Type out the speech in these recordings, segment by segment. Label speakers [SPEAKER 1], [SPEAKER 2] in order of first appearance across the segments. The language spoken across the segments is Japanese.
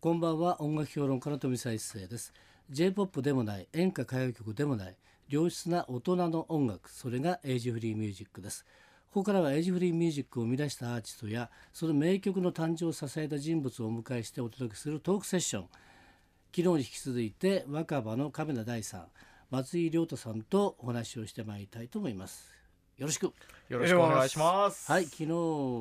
[SPEAKER 1] こんばんは音楽評論家の富澤一世です J-POP でもない演歌歌謡曲でもない良質な大人の音楽それがエイジフリーミュージックですここからはエイジフリーミュージックを生み出したアーティストやその名曲の誕生を支えた人物をお迎えしてお届けするトークセッション昨日に引き続いて若葉の亀田大さん松井亮太さんとお話をしてまいりたいと思いますよろしく
[SPEAKER 2] よろしくお願いします。
[SPEAKER 1] はい、昨日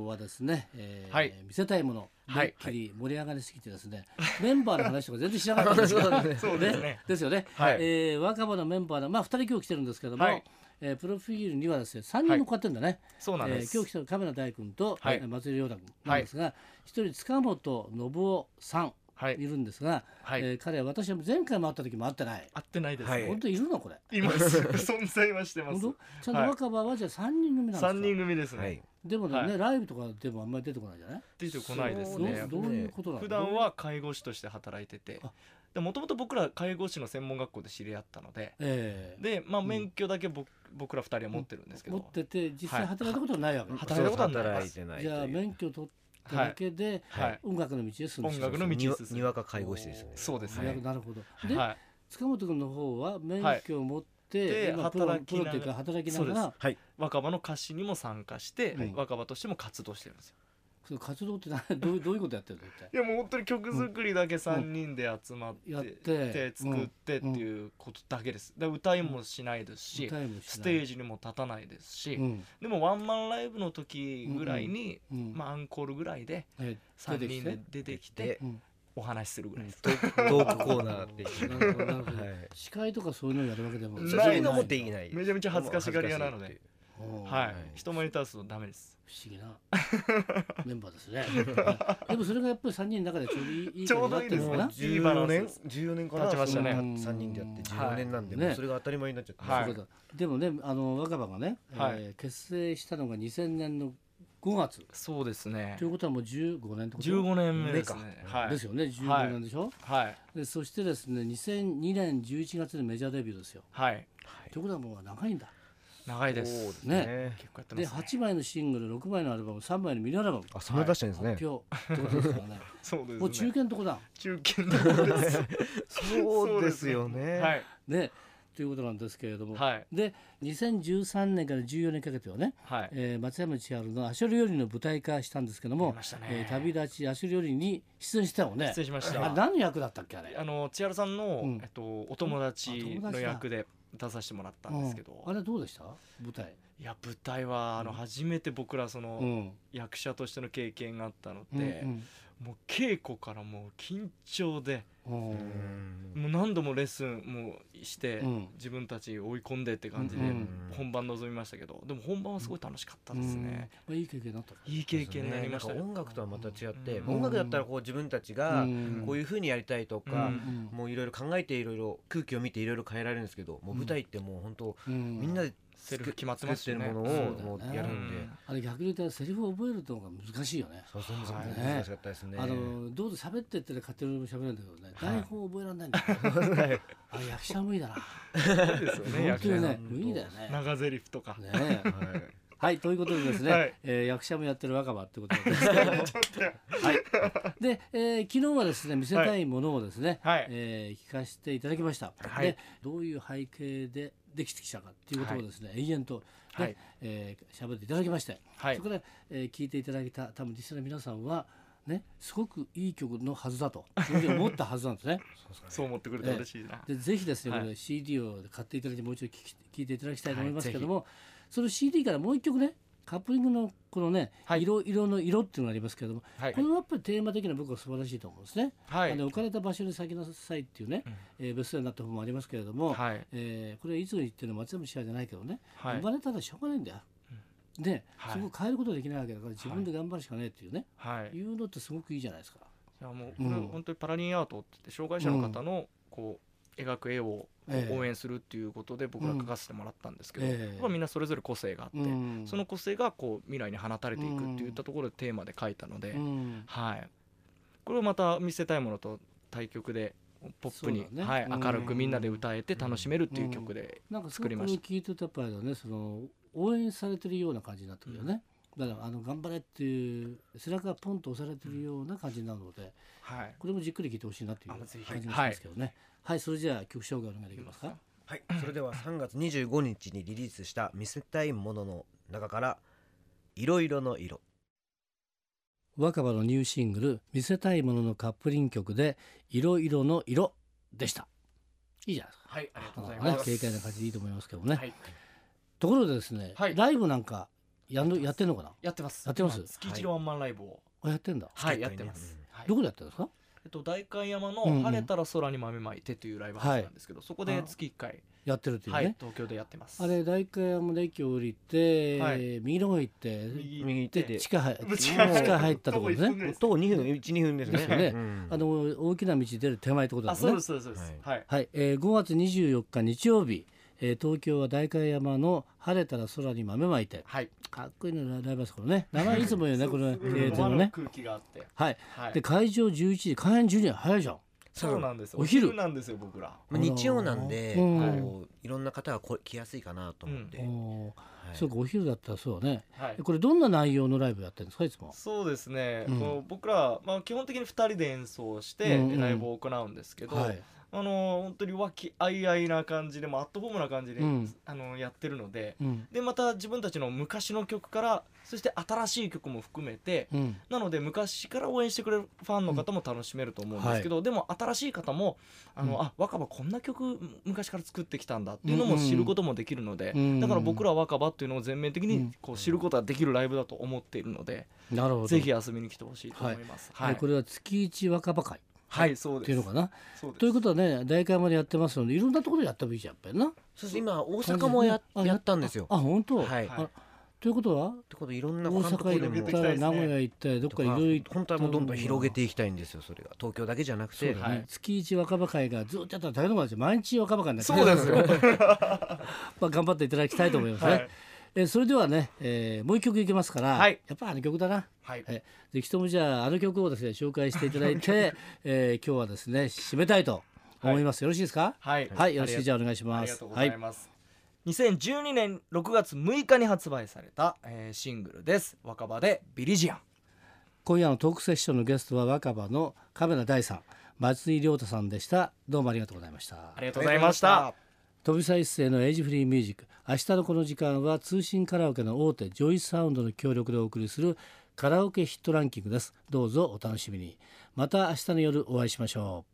[SPEAKER 1] はですね、えー
[SPEAKER 2] はい
[SPEAKER 1] 見せたいもの、
[SPEAKER 2] はい
[SPEAKER 1] めっきり盛り上がりすぎてですね、 メンバーの話とか全然しなかったんですが
[SPEAKER 2] そうですね。
[SPEAKER 1] ですよね、
[SPEAKER 2] はい
[SPEAKER 1] えー若葉のメンバーの、まあ、2人今日来てるんですけども、
[SPEAKER 2] はい
[SPEAKER 1] えープロフィールにはですね3人残ってるんだね、
[SPEAKER 2] そうなん
[SPEAKER 1] え
[SPEAKER 2] で
[SPEAKER 1] ー
[SPEAKER 2] す。
[SPEAKER 1] 今日来たの亀田大君と、
[SPEAKER 2] はい
[SPEAKER 1] えー松井亮太君なんですが、一1人塚本信夫さん
[SPEAKER 2] はいい。
[SPEAKER 1] るんですが、
[SPEAKER 2] はい
[SPEAKER 1] えー彼は私は前回も会った時も会ってない、
[SPEAKER 2] 合ってないです。
[SPEAKER 3] はい
[SPEAKER 1] 本当いるのこれ
[SPEAKER 2] います。存在はしてます。
[SPEAKER 1] 本当ちゃんと若葉はじゃあ3人組なんですか、
[SPEAKER 2] 三人組です
[SPEAKER 3] は
[SPEAKER 2] ね。
[SPEAKER 3] い。
[SPEAKER 1] でもね、
[SPEAKER 2] はい
[SPEAKER 1] ライブとかでもあんまり出てこないじゃない
[SPEAKER 2] 出てこないです
[SPEAKER 1] ど
[SPEAKER 3] そう
[SPEAKER 2] ね。
[SPEAKER 1] どういうことなの
[SPEAKER 2] 普段は介護士として働いてて
[SPEAKER 1] あ、
[SPEAKER 2] でもともと僕ら介護士の専門学校で知り合ったので、
[SPEAKER 1] ええ
[SPEAKER 2] でまあ
[SPEAKER 1] うん
[SPEAKER 2] 免許だけ僕僕ら二人は持ってるんですけ
[SPEAKER 1] 持
[SPEAKER 2] ど、
[SPEAKER 1] ってて実際働いたことはないわけ、
[SPEAKER 2] は働いたことはない
[SPEAKER 3] 働いてないと
[SPEAKER 1] じ
[SPEAKER 3] いう。
[SPEAKER 1] ゃあ免許取った
[SPEAKER 2] は
[SPEAKER 1] だ
[SPEAKER 2] い
[SPEAKER 1] けで
[SPEAKER 2] はい
[SPEAKER 1] 音楽の道へ進んで
[SPEAKER 2] 音楽の
[SPEAKER 3] に
[SPEAKER 2] 道
[SPEAKER 3] わ
[SPEAKER 2] です。
[SPEAKER 3] にわか介護士ですね。
[SPEAKER 2] そうです
[SPEAKER 3] は
[SPEAKER 2] ね
[SPEAKER 3] い。
[SPEAKER 1] なるほど、で、
[SPEAKER 2] は
[SPEAKER 1] 塚本君の方は免許を持って、
[SPEAKER 2] で
[SPEAKER 1] 今プロ
[SPEAKER 2] 働
[SPEAKER 1] プ
[SPEAKER 2] き
[SPEAKER 1] ロ
[SPEAKER 2] な
[SPEAKER 1] っ
[SPEAKER 2] がら
[SPEAKER 1] ていうか働きながら
[SPEAKER 2] そ
[SPEAKER 1] そ
[SPEAKER 2] うで
[SPEAKER 3] はい。
[SPEAKER 2] い。若葉の歌詞にも参加して、
[SPEAKER 1] はい
[SPEAKER 2] 若葉としても活動してるんですよ。
[SPEAKER 1] の活動って何 どういうどういうことやってるの一体
[SPEAKER 2] いやもう本当に曲作りだけ3人で集まって、
[SPEAKER 1] やって
[SPEAKER 2] で作ってっていうことだけです、だから歌いもしないですし、
[SPEAKER 1] 歌いもしない
[SPEAKER 2] ステージにも立たないですし、
[SPEAKER 1] うん
[SPEAKER 2] でもワンマンライブの時ぐらいに、
[SPEAKER 1] うん
[SPEAKER 2] まあ、アンコールぐらいで
[SPEAKER 1] ええ出
[SPEAKER 2] 3
[SPEAKER 1] てき
[SPEAKER 2] 人
[SPEAKER 1] て
[SPEAKER 2] で出てきて
[SPEAKER 3] で、
[SPEAKER 1] うん
[SPEAKER 2] お話しするぐらいです、
[SPEAKER 3] トートークコーナーで。
[SPEAKER 1] なるほどなるほど
[SPEAKER 3] はい
[SPEAKER 1] 司会とかそういうのをやるわけでも
[SPEAKER 2] うん
[SPEAKER 3] そういうのもで
[SPEAKER 1] い
[SPEAKER 3] きない。
[SPEAKER 2] めちゃめちゃ恥ずかしがり屋なので
[SPEAKER 3] 恥ずかしいっていう。
[SPEAKER 1] おー
[SPEAKER 2] はい、
[SPEAKER 3] はい
[SPEAKER 2] 人前に立つとダメです
[SPEAKER 1] 不思議なメンバーです ね。でもそれがやっぱり三人の中でちょうどいいいい
[SPEAKER 2] ちょ
[SPEAKER 1] 感
[SPEAKER 2] う
[SPEAKER 1] じにな
[SPEAKER 2] ど
[SPEAKER 1] っ
[SPEAKER 2] いい
[SPEAKER 1] てる
[SPEAKER 2] です
[SPEAKER 1] の
[SPEAKER 2] ね
[SPEAKER 1] かな。
[SPEAKER 3] 14年 ?14 年かな
[SPEAKER 2] 経ちましたね
[SPEAKER 3] 3人でやって14年なんで、
[SPEAKER 1] はい
[SPEAKER 3] もうそれが当たり前になっちゃって。
[SPEAKER 2] はい
[SPEAKER 1] そうだでもねあの若葉がね、
[SPEAKER 2] はい
[SPEAKER 1] えー結成したのが2000年の5月
[SPEAKER 2] そうですね
[SPEAKER 1] ということはもう15年ってこと
[SPEAKER 2] 15年目ですね
[SPEAKER 3] 目か
[SPEAKER 2] はい
[SPEAKER 1] ですよね15年でしょ、
[SPEAKER 2] はい
[SPEAKER 1] でそしてですね2002年11月でメジャーデビューですよ
[SPEAKER 2] はい
[SPEAKER 3] はい
[SPEAKER 1] ということはもう長いんだ
[SPEAKER 2] 長いで
[SPEAKER 3] そう
[SPEAKER 2] す
[SPEAKER 3] です
[SPEAKER 1] ね
[SPEAKER 3] ね。
[SPEAKER 2] 結構やって
[SPEAKER 1] で
[SPEAKER 2] ます、ね、
[SPEAKER 1] 8枚のシングル6枚のアルバム3枚のミニアルバム
[SPEAKER 3] あ、そんな出したんです
[SPEAKER 1] 発
[SPEAKER 3] ね。
[SPEAKER 1] 表ってことですからね
[SPEAKER 2] そうですね
[SPEAKER 1] もう中堅のとこだ
[SPEAKER 2] 中堅の方 です
[SPEAKER 3] そうですよね。
[SPEAKER 2] は。い
[SPEAKER 1] ねということなんですけれども、
[SPEAKER 2] はい
[SPEAKER 1] で2013年から14年かけてはね、
[SPEAKER 2] はい
[SPEAKER 1] えー松山千春の「アショルより」の舞台化したんですけども
[SPEAKER 2] やりましたね
[SPEAKER 1] えー旅立ちアショルよりに出演したのね
[SPEAKER 2] 失礼しまし
[SPEAKER 1] あれ
[SPEAKER 2] た
[SPEAKER 1] 何の役だったっけあれ
[SPEAKER 2] あの千原さんの、
[SPEAKER 1] うん
[SPEAKER 2] えっと、お友
[SPEAKER 1] あ
[SPEAKER 2] 達
[SPEAKER 1] 友達だ
[SPEAKER 2] の役で出させてもらったんですけど、
[SPEAKER 1] うんあれどうでした舞台、
[SPEAKER 2] いや舞台はあの
[SPEAKER 1] うん
[SPEAKER 2] 初めて僕らその、
[SPEAKER 1] うん
[SPEAKER 2] 役者としての経験があったの
[SPEAKER 1] うん
[SPEAKER 2] で、もう稽古からもう緊張で
[SPEAKER 1] うんう
[SPEAKER 3] うんん
[SPEAKER 2] もう何度もレッスンもして、
[SPEAKER 1] うん
[SPEAKER 2] 自分たち追い込んでって感じで、
[SPEAKER 1] うん
[SPEAKER 2] 本番臨みましたけどでも本番はすごい楽しかったです
[SPEAKER 1] う
[SPEAKER 2] ね、
[SPEAKER 1] んまあ、いい経験だった
[SPEAKER 2] いい経験になりました
[SPEAKER 3] な
[SPEAKER 2] ね
[SPEAKER 3] んか音楽とはまた違って、
[SPEAKER 2] うん
[SPEAKER 3] 音楽だったらこう自分たちが
[SPEAKER 1] うん
[SPEAKER 3] こういう風にやりたいとか、
[SPEAKER 2] うん
[SPEAKER 3] もういろいろ考えていろいろ空気を見ていろいろ変えられるんですけどもう舞台ってもう本当、み
[SPEAKER 1] み
[SPEAKER 3] んなで
[SPEAKER 2] セルフ決まってますしね
[SPEAKER 3] 作ってるも
[SPEAKER 2] そう
[SPEAKER 1] だ
[SPEAKER 3] の
[SPEAKER 1] よ
[SPEAKER 3] を
[SPEAKER 1] ね
[SPEAKER 3] もうやるんで、
[SPEAKER 2] うん
[SPEAKER 1] あれ逆に言ったらセリフを覚えるのが難しいよね
[SPEAKER 3] そうそうそう
[SPEAKER 2] はい
[SPEAKER 3] 難しかったですね。
[SPEAKER 1] あのどうぞ喋ってって勝手に俺も喋るんだけどね、
[SPEAKER 3] はい
[SPEAKER 1] 台本覚えられないんだよ、 あ役者無理だな
[SPEAKER 2] そうですよ
[SPEAKER 1] 本
[SPEAKER 2] ね
[SPEAKER 1] 当に
[SPEAKER 2] 役
[SPEAKER 1] ね
[SPEAKER 2] 者
[SPEAKER 1] 無理だよね
[SPEAKER 2] さん長ゼリフとか、
[SPEAKER 1] ねえ
[SPEAKER 3] はい
[SPEAKER 1] はいということでですね、
[SPEAKER 2] はい
[SPEAKER 1] えー役者もやってる若葉ってことなんですけど もはいで、えー昨日はですね見せたいものをですね、
[SPEAKER 2] はい
[SPEAKER 1] えー聞かせていただきました、
[SPEAKER 2] はい
[SPEAKER 1] でどういう背景でできてきたかっていうことをですね、延々とね、
[SPEAKER 2] はい
[SPEAKER 1] えー喋っていただきまして、
[SPEAKER 2] はい
[SPEAKER 1] そこで、えー聞いていただいた多分実際の皆さんはねすごくいい曲のはずだというふうに思ったはずなんですね。
[SPEAKER 2] そう思ってくれたら嬉しいな、
[SPEAKER 1] でぜひですね、
[SPEAKER 2] はい
[SPEAKER 1] これ CD を買っていただいてもう一度聞き聞いていただきたいと思いますけども、その CD からもう一曲ねカップリングのこのね、
[SPEAKER 2] はい
[SPEAKER 1] 色色の色っていうのがありますけれども、
[SPEAKER 2] はい
[SPEAKER 1] これもやっぱりテーマ的な僕は素晴らしいと思うんですね。
[SPEAKER 2] はい
[SPEAKER 1] あの置かれた場所に咲きなさいっていうね、えーベストセラーになった本もありますけれども、
[SPEAKER 2] はい
[SPEAKER 1] えーこれはいつ言ってるの松山試合じゃないけどね、
[SPEAKER 2] はい
[SPEAKER 1] 生まれたらしょうがないんだよ。で、
[SPEAKER 2] はい
[SPEAKER 1] そこを変えることはできないわけだから自分で頑張るしかねえっていうね、
[SPEAKER 2] はい
[SPEAKER 1] い、うのってすごくいいじゃないですか。
[SPEAKER 2] いやもうこ
[SPEAKER 1] うん
[SPEAKER 2] れ本当にパラリンアートって言って障害者の方のこう描く絵を
[SPEAKER 1] ええ
[SPEAKER 2] 応援するっていうことで僕ら描かせてもらったんですけど、
[SPEAKER 1] ええ
[SPEAKER 2] やっぱみんなそれぞれ個性があって、
[SPEAKER 1] うん
[SPEAKER 2] その個性がこう未来に放たれていくっていったところでテーマで描いたので、
[SPEAKER 1] うん
[SPEAKER 2] はい、これをまた見せたいものと対局でポップに、
[SPEAKER 1] そうだね
[SPEAKER 2] はい、
[SPEAKER 1] うん
[SPEAKER 2] 明るくみんなで歌えて楽しめるっていう曲で、
[SPEAKER 1] なんかすご
[SPEAKER 2] 作
[SPEAKER 1] く
[SPEAKER 2] りました
[SPEAKER 1] 聞いてた場合はねその応援されてるような感じになってくるよね、だからあの頑張れっていう背中がポンと押されてるような感じなので、
[SPEAKER 2] はい
[SPEAKER 1] これもじっくり聞いてほしいなという
[SPEAKER 2] あ
[SPEAKER 1] 感
[SPEAKER 2] ぜひ
[SPEAKER 1] じがしますけどねはい、それじゃあ曲紹介お願いできますか
[SPEAKER 3] はい、それでは3月25日にリリースした「見せたいもの」の中から「いろいろの色
[SPEAKER 1] 若葉のニューシングル「見せたいもの」のカップリング曲で「いろいろの色」でしたいいじゃないですか
[SPEAKER 2] はいありがとうござい
[SPEAKER 1] ね
[SPEAKER 2] ます
[SPEAKER 1] 軽快な感じでいいと思いますけどね、
[SPEAKER 2] はい
[SPEAKER 1] ところでですね、
[SPEAKER 2] はい
[SPEAKER 1] ライブなんかやんのやってんのかな
[SPEAKER 2] やってます
[SPEAKER 1] やってます
[SPEAKER 2] 今月一のワンマンライブを
[SPEAKER 1] あやってんだ
[SPEAKER 2] はい
[SPEAKER 3] チケ
[SPEAKER 2] や
[SPEAKER 3] ッ
[SPEAKER 2] っ
[SPEAKER 3] ト
[SPEAKER 2] て
[SPEAKER 3] にね
[SPEAKER 2] ますはい
[SPEAKER 1] どこでやってるんですか
[SPEAKER 2] えっと代官山の
[SPEAKER 1] うんうん
[SPEAKER 2] 晴れたら空に豆まいてというライブハウスなんですけどそこで月一回
[SPEAKER 1] やってるっていうね、
[SPEAKER 2] はい東京でやってます
[SPEAKER 1] あれ大会山で駅を降りて、
[SPEAKER 2] はい
[SPEAKER 1] 右の方行って
[SPEAKER 2] 右
[SPEAKER 3] 右手
[SPEAKER 1] で地下入
[SPEAKER 2] ぶ
[SPEAKER 1] 地
[SPEAKER 2] ち
[SPEAKER 1] 下
[SPEAKER 2] 上げ
[SPEAKER 1] 入ったところです
[SPEAKER 2] ど行くん
[SPEAKER 1] ね
[SPEAKER 2] で」す
[SPEAKER 3] と2分12分ですね
[SPEAKER 1] ですよね
[SPEAKER 3] うん
[SPEAKER 1] あの大きな道出る手前ってこと
[SPEAKER 2] あ
[SPEAKER 1] だ
[SPEAKER 2] そ
[SPEAKER 1] も
[SPEAKER 2] うんで
[SPEAKER 1] ね
[SPEAKER 2] すそうですそうですはい
[SPEAKER 1] はい、えー、5月24日日曜日、えー東京は代官山の晴れたら空に豆まいて
[SPEAKER 2] はい
[SPEAKER 1] かっこいいのライブハウスこれね名前いつも 言うねこの
[SPEAKER 2] うん
[SPEAKER 1] 映像の
[SPEAKER 2] の
[SPEAKER 1] ね
[SPEAKER 2] 空気があって
[SPEAKER 1] はい
[SPEAKER 2] はい
[SPEAKER 1] で会場11時開演12時早いじゃん
[SPEAKER 2] そうなんですよ
[SPEAKER 1] お昼
[SPEAKER 2] なんですよ僕ら
[SPEAKER 3] まあ日曜なんで、
[SPEAKER 1] うん
[SPEAKER 3] こういろんな方がこ来やすいかなと思って、
[SPEAKER 1] おー
[SPEAKER 3] はい
[SPEAKER 1] そうかお昼だったらそうだね
[SPEAKER 2] はい
[SPEAKER 1] これどんな内容のライブやってるんですかいつも
[SPEAKER 2] そうですね、
[SPEAKER 1] うん
[SPEAKER 2] こう僕ら、まあ、基本的に2人で演奏して
[SPEAKER 1] うんうん
[SPEAKER 2] ライブを行うんですけど、
[SPEAKER 1] はい
[SPEAKER 2] あの本当に和気あいあいな感じでもうアットホームな感じで、
[SPEAKER 1] うん
[SPEAKER 2] あのやってるので
[SPEAKER 1] うん
[SPEAKER 2] でまた自分たちの昔の曲からそして新しい曲も含めて
[SPEAKER 1] うん
[SPEAKER 2] なので昔から応援してくれるファンの方も楽しめると思うんですけど、でも新しい方もあの、
[SPEAKER 1] うん
[SPEAKER 2] あ若葉こんな曲む昔から作ってきたんだっていうのも知ることもできるので、
[SPEAKER 1] うん
[SPEAKER 2] だから僕らは若葉っていうのを全面的
[SPEAKER 1] う
[SPEAKER 2] に
[SPEAKER 1] ん
[SPEAKER 2] こう知ることができるライブだと思っているので、
[SPEAKER 1] なるほど
[SPEAKER 2] ぜひ遊びに来てほしいと思います。は、
[SPEAKER 1] はいい、これは月一若葉会っ
[SPEAKER 2] はい、そうです。
[SPEAKER 1] ていうのかな。
[SPEAKER 2] そうです
[SPEAKER 1] ということはね、大会までやってますので、いろんなところでやったらいいじゃん、やっぱりな。
[SPEAKER 3] そして今大阪もや
[SPEAKER 1] あ
[SPEAKER 3] やったんですよ。
[SPEAKER 1] あ、本当。
[SPEAKER 3] はい、
[SPEAKER 2] はい
[SPEAKER 1] あということは、
[SPEAKER 3] ってことでいろんな
[SPEAKER 1] 大
[SPEAKER 3] 他のところ
[SPEAKER 1] 阪
[SPEAKER 3] で
[SPEAKER 1] 行って
[SPEAKER 2] 広げい
[SPEAKER 1] たら、
[SPEAKER 2] きた
[SPEAKER 3] も
[SPEAKER 2] いですね
[SPEAKER 1] 名古屋行ったり、どっかいろいろ行った。
[SPEAKER 3] 本当はもうどんどん広げていきたいんですよそれが東京だけじゃなく
[SPEAKER 1] そう
[SPEAKER 3] て、
[SPEAKER 1] だ
[SPEAKER 2] は
[SPEAKER 1] ね
[SPEAKER 2] い。
[SPEAKER 1] 月一若葉会がずっとやったら大変なことなんですよ。毎日若葉会になっちゃ
[SPEAKER 2] そうですよ。
[SPEAKER 1] まあ頑張っていただきたいと思います
[SPEAKER 2] は
[SPEAKER 1] ね
[SPEAKER 2] い。
[SPEAKER 1] えーそれではね、えーもう一曲いきますから、
[SPEAKER 2] はい
[SPEAKER 1] やっぱあの曲だな。
[SPEAKER 2] はい、
[SPEAKER 1] えぜひともじゃああの曲をですね紹介していただいて、 えー今日はですね締めたいと思います。よろしいですか？
[SPEAKER 2] はい、
[SPEAKER 1] はい、よろしいじ
[SPEAKER 2] ゃ
[SPEAKER 1] ゃあお願いし
[SPEAKER 2] あ
[SPEAKER 1] ま
[SPEAKER 2] りが
[SPEAKER 1] す。
[SPEAKER 2] とうご
[SPEAKER 1] は
[SPEAKER 2] ざい
[SPEAKER 1] い、
[SPEAKER 2] ます。2012年6月6日に発売された、えー、シングルです。若葉でビリジアン。
[SPEAKER 1] 今夜のトークセッションのゲストは若葉の亀田大さん、松井亮太さんでした。どうもありがとうございました
[SPEAKER 2] あ。りがとうございました。
[SPEAKER 1] 飛び一世のエイジフリーミュージック。明日のこの時間は通信カラオケの大手ジョイサウンドの協力でお送りするカラオケヒットランキングです。どうぞお楽しみに。また明日の夜お会いしましょう。